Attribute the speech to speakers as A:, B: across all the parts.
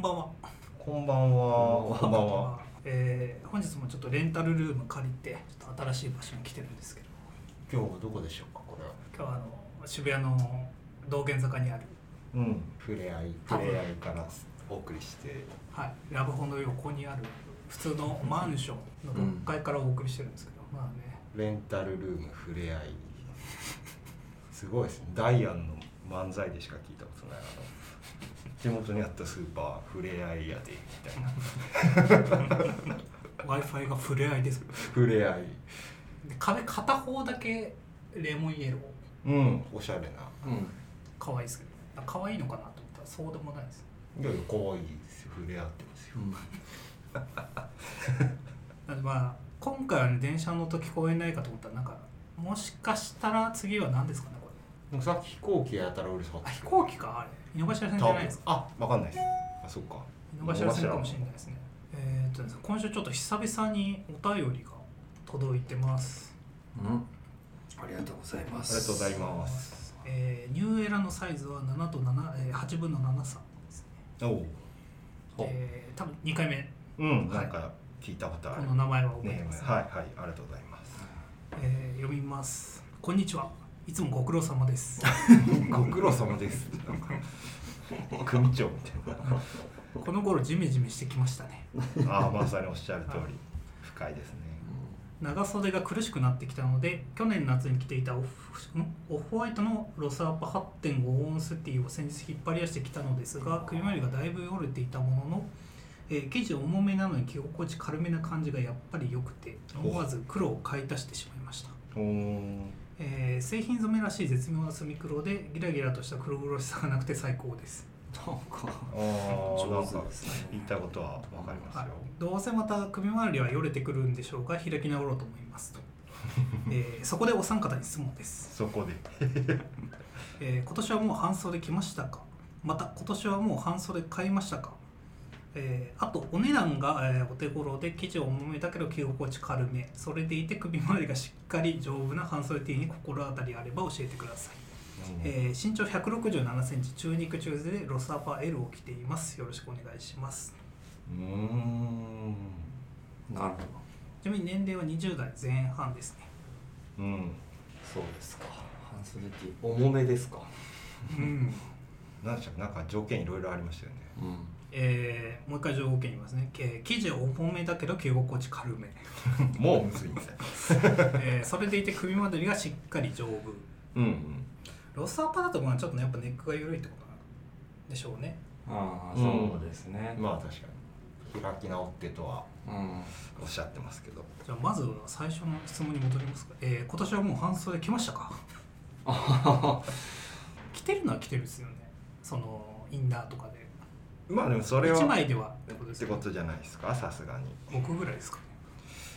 A: ばんは。
B: こ
A: こん
B: んばんは。こん
A: ば
B: ば
A: ん
B: んは。
A: えー本日もちょっとレンタルルーム借りて、ちょっと新しい場所に来てるんですけど、
B: 今日はどこでしょうか、これは。
A: 今日はあの渋谷の道玄坂にある、
B: うん、ふれあい、
A: は
B: ふ
A: い
B: れあいから。
C: お送りして
A: はい、ラブホの横にある普通のマンションの6階からお送りしてるんですけど、まあね、
B: レンタルルームふれあい。すごいですね。ダイアンの漫才でしか聞いたことない。あの地元にあったスーパーふれあいやでみたいな。
A: w i f i が触れ合いですで
B: ふれあい。
A: 壁片方だけレモンイエロー
B: うん、おしゃれな。
C: うん
A: 可愛いですけど可愛いのかなと思ったらそうでもないです
B: いやいや、可愛いですよ。ふれあってますよ。
A: なんでまあ今回はね電車の時公園ないかと思ったらなんかもしかしたら次は何ですかねこれ
B: でもさっき飛行機やたら俺触っ
A: あ
B: て
A: 飛行機かあれ井の頭線じゃないですか
B: あ、わかんないです。あ、そっか。
A: 井の頭線かもしれないですねえーっとですね今週ちょっと久々にお便りが届いてます
C: うんありがとうございま
B: あ
C: す
B: りがとうございます。
A: えーニューエラのサイズは7と7、えー8分の7さですね、
B: おう。
C: ほう
A: えー多分2回目
B: うん、なんか聞いたことあ
A: こ
B: る。
A: の名前は覚えて
B: ね
A: ま、す、
B: はいはい、ありがとうございます。
A: えー読みますこんにちはいつもご苦労様です
B: ご苦労様です。なんか組長み
A: この頃ジメジメしてきましたね
B: たいな。ああ、まさにおっしゃる通り、深いですね。
A: 長袖が苦しくなってきたので去年夏に着ていたオフんオフホワイトのロスアップ8.5オンスティーを先日引っ張り出してきたのですが首回りがだいぶ折れていたものの、えー生地重めなのに着心地軽めな感じがやっぱり良くて思わず黒を買い足してしまいました
B: おー
A: えー製品染めらしい絶妙な墨黒でギラギラとした黒々しさがなくて最高です、
C: なんか
B: あーなん
C: 上
B: か
C: 手ですね
B: 言ったことはわかります
A: はい
B: よ。、
A: どうせまた首回りはよれてくるんでしょうが開き直ろうと思います と、えーそこでお三方に質問です、
B: そこで。
A: えー今年はもう半袖来ましたかまた今年はもう半袖買いましたかえーあとお値段が、えーお手頃で生地は重めだけど着心地軽めそれでいて首回りがしっかり丈夫な半袖 T に心当たりあれば教えてくださいえー身長1 6 7センチ中肉中背でロスアパ L を着ていますよろしくお願いします
B: うーん。
C: なるほ
A: ちなみに年齢は20代前半ですね
B: うん。
C: どそうですか半袖 T 重めですか
A: うん、
B: なんでしょう、なんか条件いろいろありましたよね。
C: うん
A: えーもう一回情報券言いますね、えー生地は重めだけど着心地軽め、
B: もうむずいみたいな。
A: えーそれでいて首までりがしっかり丈夫
B: うんうん。
A: ロスアパだとまあちょっとねやっぱネックが緩いってことなんでしょうね
C: ああ
B: うん
C: そうですね
B: まあ確かに開き直ってとは
C: うん
B: おっしゃってますけど。
A: じゃあまずは最初の質問に戻りますか、えー今年はもう半袖来ましたか
C: あはは
A: 着てるのは着てるですよねそのインナーとかで
B: まあでもそれは
A: 1
B: っ
A: 枚ではってことです
B: て
A: よね
B: ことじゃないですか、さすがに。
A: 僕ぐらいですかね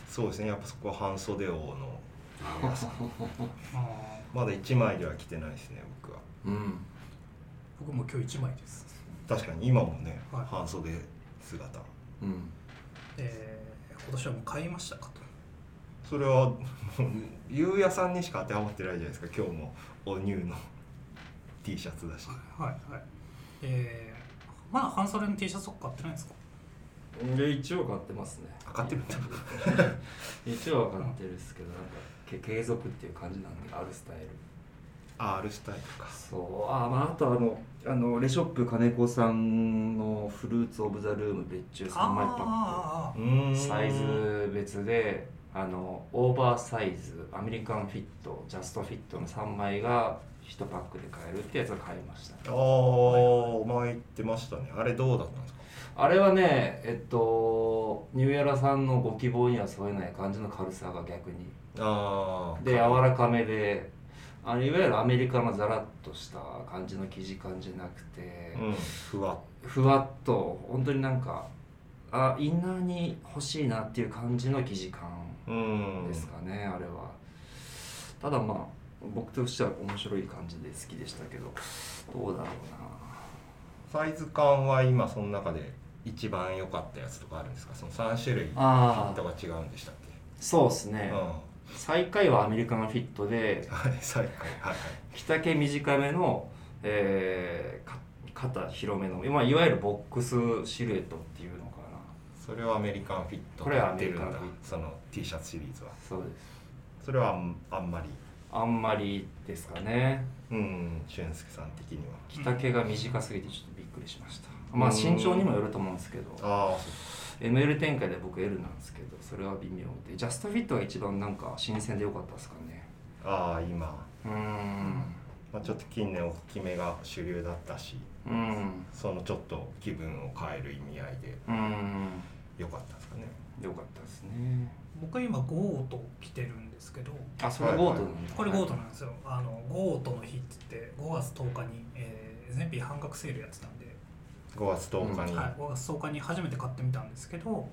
B: そうですねやっぱそこは半袖王の皆さん
A: あ
B: まだ1枚では着てないですね僕は
C: うん
A: 僕も今日1枚です、
B: 確かに今もね、
A: はい
B: 半袖姿
C: うん
A: えー今年はもう買いましたかと
B: それはも うゆうやさんにしか当てはまってないじゃないですか今日もおニューの T シャツだし
A: はいはいえー、まだ半袖の T シャツとか買ってないんですか
C: で一応買ってますね
B: 買ってるんだ
C: 一応は買ってるっすけどなんかけ継続っていう感じなんであるスタイル
B: R スタイルか
C: そうあ,、まあ、あとあのあのレショップ金子さんの「フルーツ・オブ・ザ・ルーム」別注3枚パ
A: あ
B: う
A: ー
B: ー
C: ッ
B: ん
C: クサイズ別であのオーバーサイズアメリカンフィットジャストフィットの3枚が1パックで買えるってやつを買いました
B: ああ前言ってましたねあれどうだったんですか
C: あれはねえっとニューエラさんのご希望には添えない感じの軽さが逆に
B: ああ
C: で柔らかめであのいわゆるアメリカのザラッとした感じの生地感じなくて、
B: うんふわっ
C: ふわっと本当になんかあインナーに欲しいなっていう感じの生地感
B: うん
C: ですかね、あれはただまあ僕としては面白い感じで好きでしたけどどうだろ
B: サイズ感は今その中で一番良かったやつとかあるんですかその3種類
C: う
B: フ
C: な
B: ィ
C: あ
B: ット
C: あ
B: が違うんでしたっけ
C: そうですね、
B: うん
C: 最下位はアメリカのフィットで
B: はい最下位はい
C: 着丈短めの、えーか肩広めの、まあ、いわゆるボックスシルエットっていうのかな
B: それはアメリカンフィット
C: これはアメ
B: 出
C: リ
B: る
C: カン
B: ん
C: フィッ
B: だ
C: ト
B: その T シャツシリーズは
C: そうです
B: それはあんあんまり
C: あんまりですかね
B: うん俊介さん的には
C: 着丈が短すぎてちょっとびっくりしましたまあ身長にもよると思うんですけど
B: ああ
C: ML 展開で僕 L なんですけどそれは微妙でジャストフィットが一番なんか新鮮で良かったですかね
B: ああ今、
C: うーん
B: まあ、ちょっと近年大きめが主流だったし
C: うん
B: そのちょっと気分を変える意味合いで
C: うん
B: 良かったですかね
C: 良かったですね
A: 僕は今ゴート着てるんですけど
C: あそれゴートなんだ
A: これゴートなんですよあのゴートの日って言って5月10日に、えー全品半額セールやってたんで、
B: 5月10日に、
A: はい、5月10日に初めて買ってみたんですけど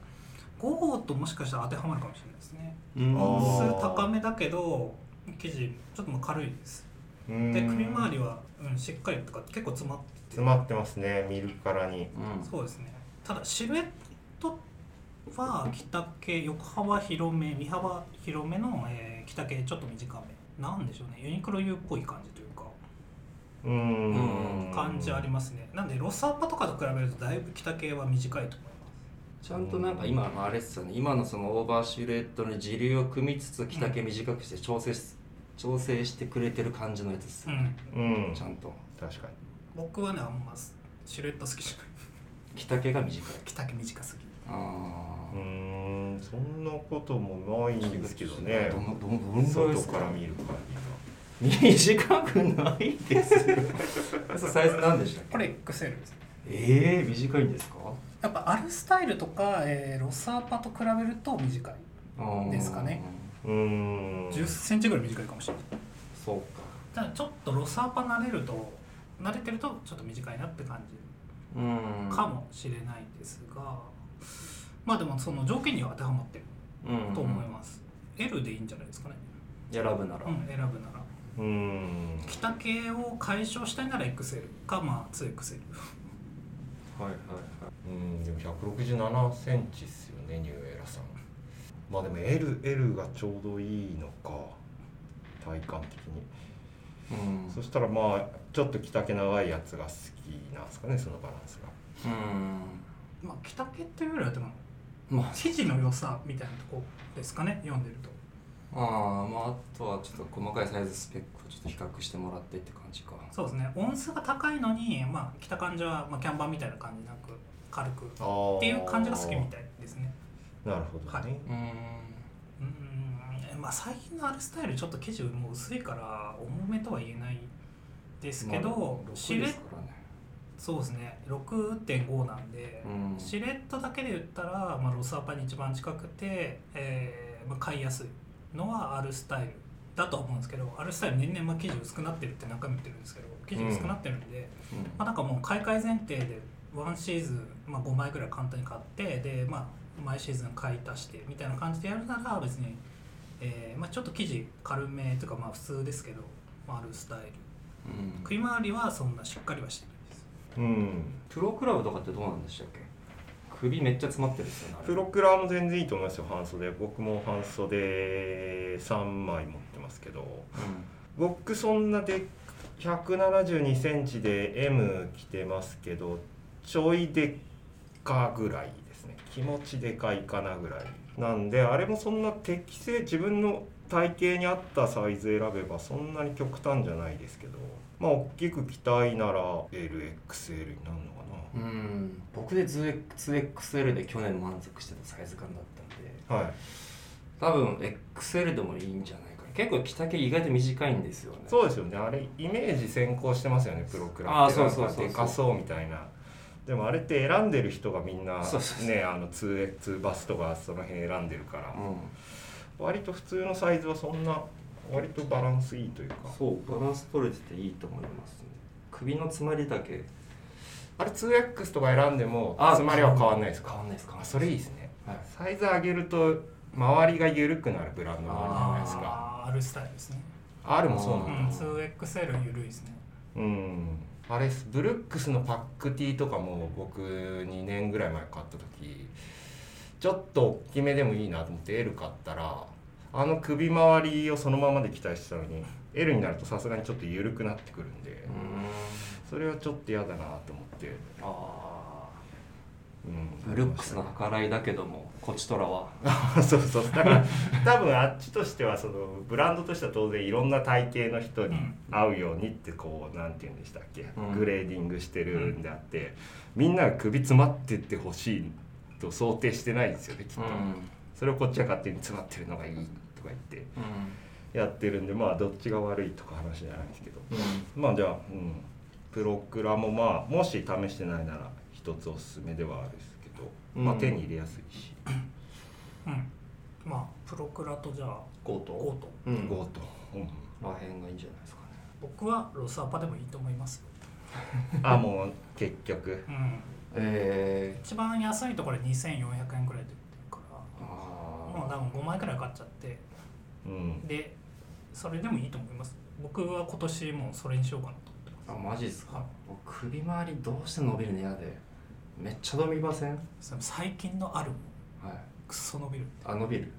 A: ゴートもしかしたら当てはまるかもしれないですね
C: うん
B: あー
A: 数高めだけど生地ちょっともう軽いです
B: うん
A: で首周りは、うん、しっかりとか結構詰まってて
B: 詰まってますね見るからに
C: うん
A: そうですねただシルエットは着丈横幅広め身幅広めの、えー着丈ちょっと短めなんでしょうねユニクロ U っぽい感じというか
B: うん
C: うん
A: 感じありますねなんでロスアッパとかと比べるとだいぶ着丈は短いと思い
C: ちゃんとなんか今のあれっすよね今のそのオーバーシルエットの時流を組みつつ着丈短くして調整し調整してくれてる感じのやつっす
A: ます、う
C: よね
A: ん、
B: うん
C: ちゃんと
B: 確か
A: 僕はねあんまシルエット好きじゃない
C: 着丈が短い
A: 着丈短すぎ
C: あ
B: にうんそんなこともない
C: あ
B: んですけどね
C: どのどのどのぐらいで
B: 外
C: す
B: から
C: か
B: 見る感
C: 短くないで すよそうサイズ何でしたっけ
A: これ XL です
C: ええ短いんですか
A: やっぱアルスタイルとか、えーロスアパと比べると短いですかね
B: じがうん
A: 1 0ンチぐらい短いかもしれない
C: そうか
A: ただちょっとロスアパ慣れると慣れてるとちょっと短いなって感じ
C: うん
A: かもしれないですがまあでもその条件には当てはまってると思います、L でいいんじゃないですかね、
C: す選ぶなら、
A: うん、選ぶなら
B: うん
A: 着丈を解消したいなら XL かまあ 2XL
C: はいはいはい
B: うんでも167センチっすよねニューエラさんまあでも LL がちょうどいいのか体感的に
C: うん
B: そしたらまあちょっと着丈長いやつが好きなんですかねそのバランスが
C: うん
A: まあ着丈っていうよりはでも
C: まあ
A: 生地の良さみたいなとこですかね読んでると
C: あーまああとはちょっと細かいサイズスペックをちょっと比較してもらってって感じか
A: そうですね音数が高いのにまあ着た感じは、まあ、キャンバーみたいな感じなく軽くっ
B: って
A: いう感じが好きみたいですね
B: なるほどね、
C: うん
A: うんまあ最近のあれスタイルちょっと生地もう薄いから重めとは言えないですけど、
C: まあ
A: シ
C: 6
A: ル
C: で
A: エ
C: すからね
A: そうですね6.5なんで、
C: うん
A: シルエットだけで言ったら、まあ、ロスアパに一番近くて、えーまあ、買いやすいのは R スタイルだと思うんですけど R スタイル年々まあ生地薄くなってるって何回も言ってるんですけど生地薄くなってるんで、まあ、なんかもう買い替え前提でワンシーズン、まあ、5枚ぐらい簡単に買ってで、まあ、毎シーズン買い足してみたいな感じでやるなら別に、えーまあ、ちょっと生地軽めというかまあ普通ですけど、まあ、R スタイル
C: うんうん
A: 食い回りはそんなしっかりはしてないです
B: うん
C: プロクラブとかってどうなんでしたっけ首めっちゃ詰まってるっすよねあれ
B: プロクラも全然いいと思いますよ半袖僕も半袖3枚持ってますけど僕そんなでっ1 7 2センチで M 着てますけどちょいでっかぐらいですね気持ちでかいかなぐらいなんであれもそんな適正自分の体型に合ったサイズ選べばそんなに極端じゃないですけどまあ大きく着たいなら LXL になるのかな
C: うん、うん、僕で 2XL で去年満足してたサイズ感だったんで
B: はい、
C: 多分 XL でもいいんじゃないかな結構着丈意外と短いんですよね
B: そうですよねあれイメージ先行してますよねプロクラ
C: あー
B: ってなんか
C: そうそうそうそう
B: でかそうみたいなでもあれって選んでる人がみんな
C: そうそうそう
B: ねあの 2, 2バスとかその辺選んでるから、
C: う
B: 割と普通のサイズはそんな割とバランスいいというか
C: ん、そうバランス取れてていいと思いますね首の詰まりだけ
B: あれ 2X とか選んでも
C: あ
B: 詰まりは変わんないです
C: 変わ
B: か
C: んないですか
B: あそれいいですね
C: はい
B: サイズ上げると周りが緩くなるブランドもあるじゃないですか
A: あー R スタイルですね
B: R もそうな
A: うん
B: だ
A: ん 2XL 緩いですね
B: うんあれブルックスのパックティーとかも僕2年ぐらい前買った時ちょっと大きめでもいいなと思って L 買ったらあの首周りをそのままで期待してたのに L になるとさすがにちょっと緩くなってくるんで
C: うーん
B: それはちょっと嫌だなと思って、
C: あ
B: う
C: ー
B: ん、
C: ルックスの計らいだけどもこちとらは
B: あ そうそうだから多分あっちとしてはそのブランドとしては当然いろんな体型の人に合うようにってこうなんて言うんでしたっけ、
C: うん
B: グレーディングしてるんであって、みんなが首詰まってってほしいと想定してないんですよねきっと、それをこっちは勝手に詰まってるのがいいとか言って
C: う
B: やってるんでまあどっちが悪いとか話じゃないんですけど
C: んうん
B: まあじゃあ、うん、プロクラもまあもし試してないなら一つおすすめではあるんですけど、まあ
C: うん
B: 手に入れやすいし、
A: うんまあプロクラとじゃあ
C: ゴ
A: ゴ
C: ート
A: ート
C: うん
B: ゴート、うん
C: らへんがいいんじゃないですかね
A: 僕はロスアパでもいいと思いますよ
B: あもう結局
A: うん
C: え
A: 一番安いところで2400円くらいで売ってるから
C: ー、あ
A: もう多分5枚くらい買っちゃって
B: うん
A: でそれでもいいと思います僕は今年もうそれにしようかなと思って
C: あ
A: ま
C: マジっす
A: は
C: か
A: い
C: 僕首周りどうして伸びるの嫌でめっちゃ伸びませんはい
A: すその最近のあるもクソ伸びる
C: あ伸び る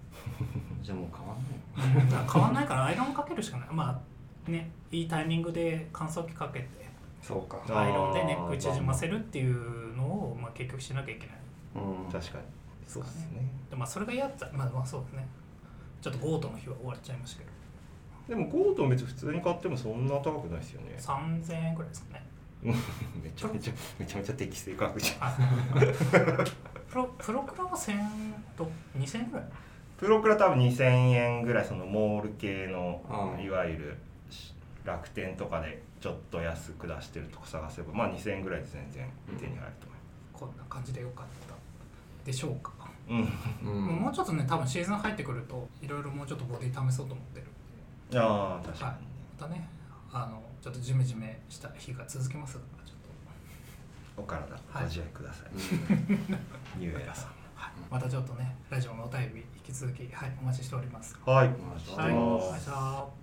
C: じゃあもう変わんない
A: だから変わんないからアイロンかけるしかないまあねいいタイミングで乾燥機かけて
C: そうか
B: あー
A: アイロンでネック縮ませるっていうのを、まあ、結局しなきゃいけない
C: うん
B: 確かにそうですね
A: でまあそれが嫌だったらまあまあそうですねちょっとゴートの日は終わっちゃいましたけど
B: でもゴートも別に普通に買ってもそんな高くないですよね
A: 3000円くらいですかね
B: めちゃめちゃめちゃめちゃ適正価格じゃん
A: あプロプロクラは1000と2000円ぐらい
B: プロクラ多分2000円ぐらいそのモール系の
C: うん
B: いわゆるし楽天とかでちょっと安く出してるとこ探せばまあ2000円ぐらいで全然手に入ると
A: こんな感じでよかったでしょうか、
B: 思ううん
C: うん
A: もうちょっとね多分シーズン入ってくるといろいろもうちょっとボディ試そうと思ってる
B: ああ確かにね
A: またねあのちょっとジメジメした日が続きますからちょっと、
B: お体ご自愛ください、ニューエラさん
A: はい、またちょっとねラジオのお便り引き続き、はい、お待ちしております
B: はい
C: お願いします
B: お願
A: は
B: いします
A: いお願いします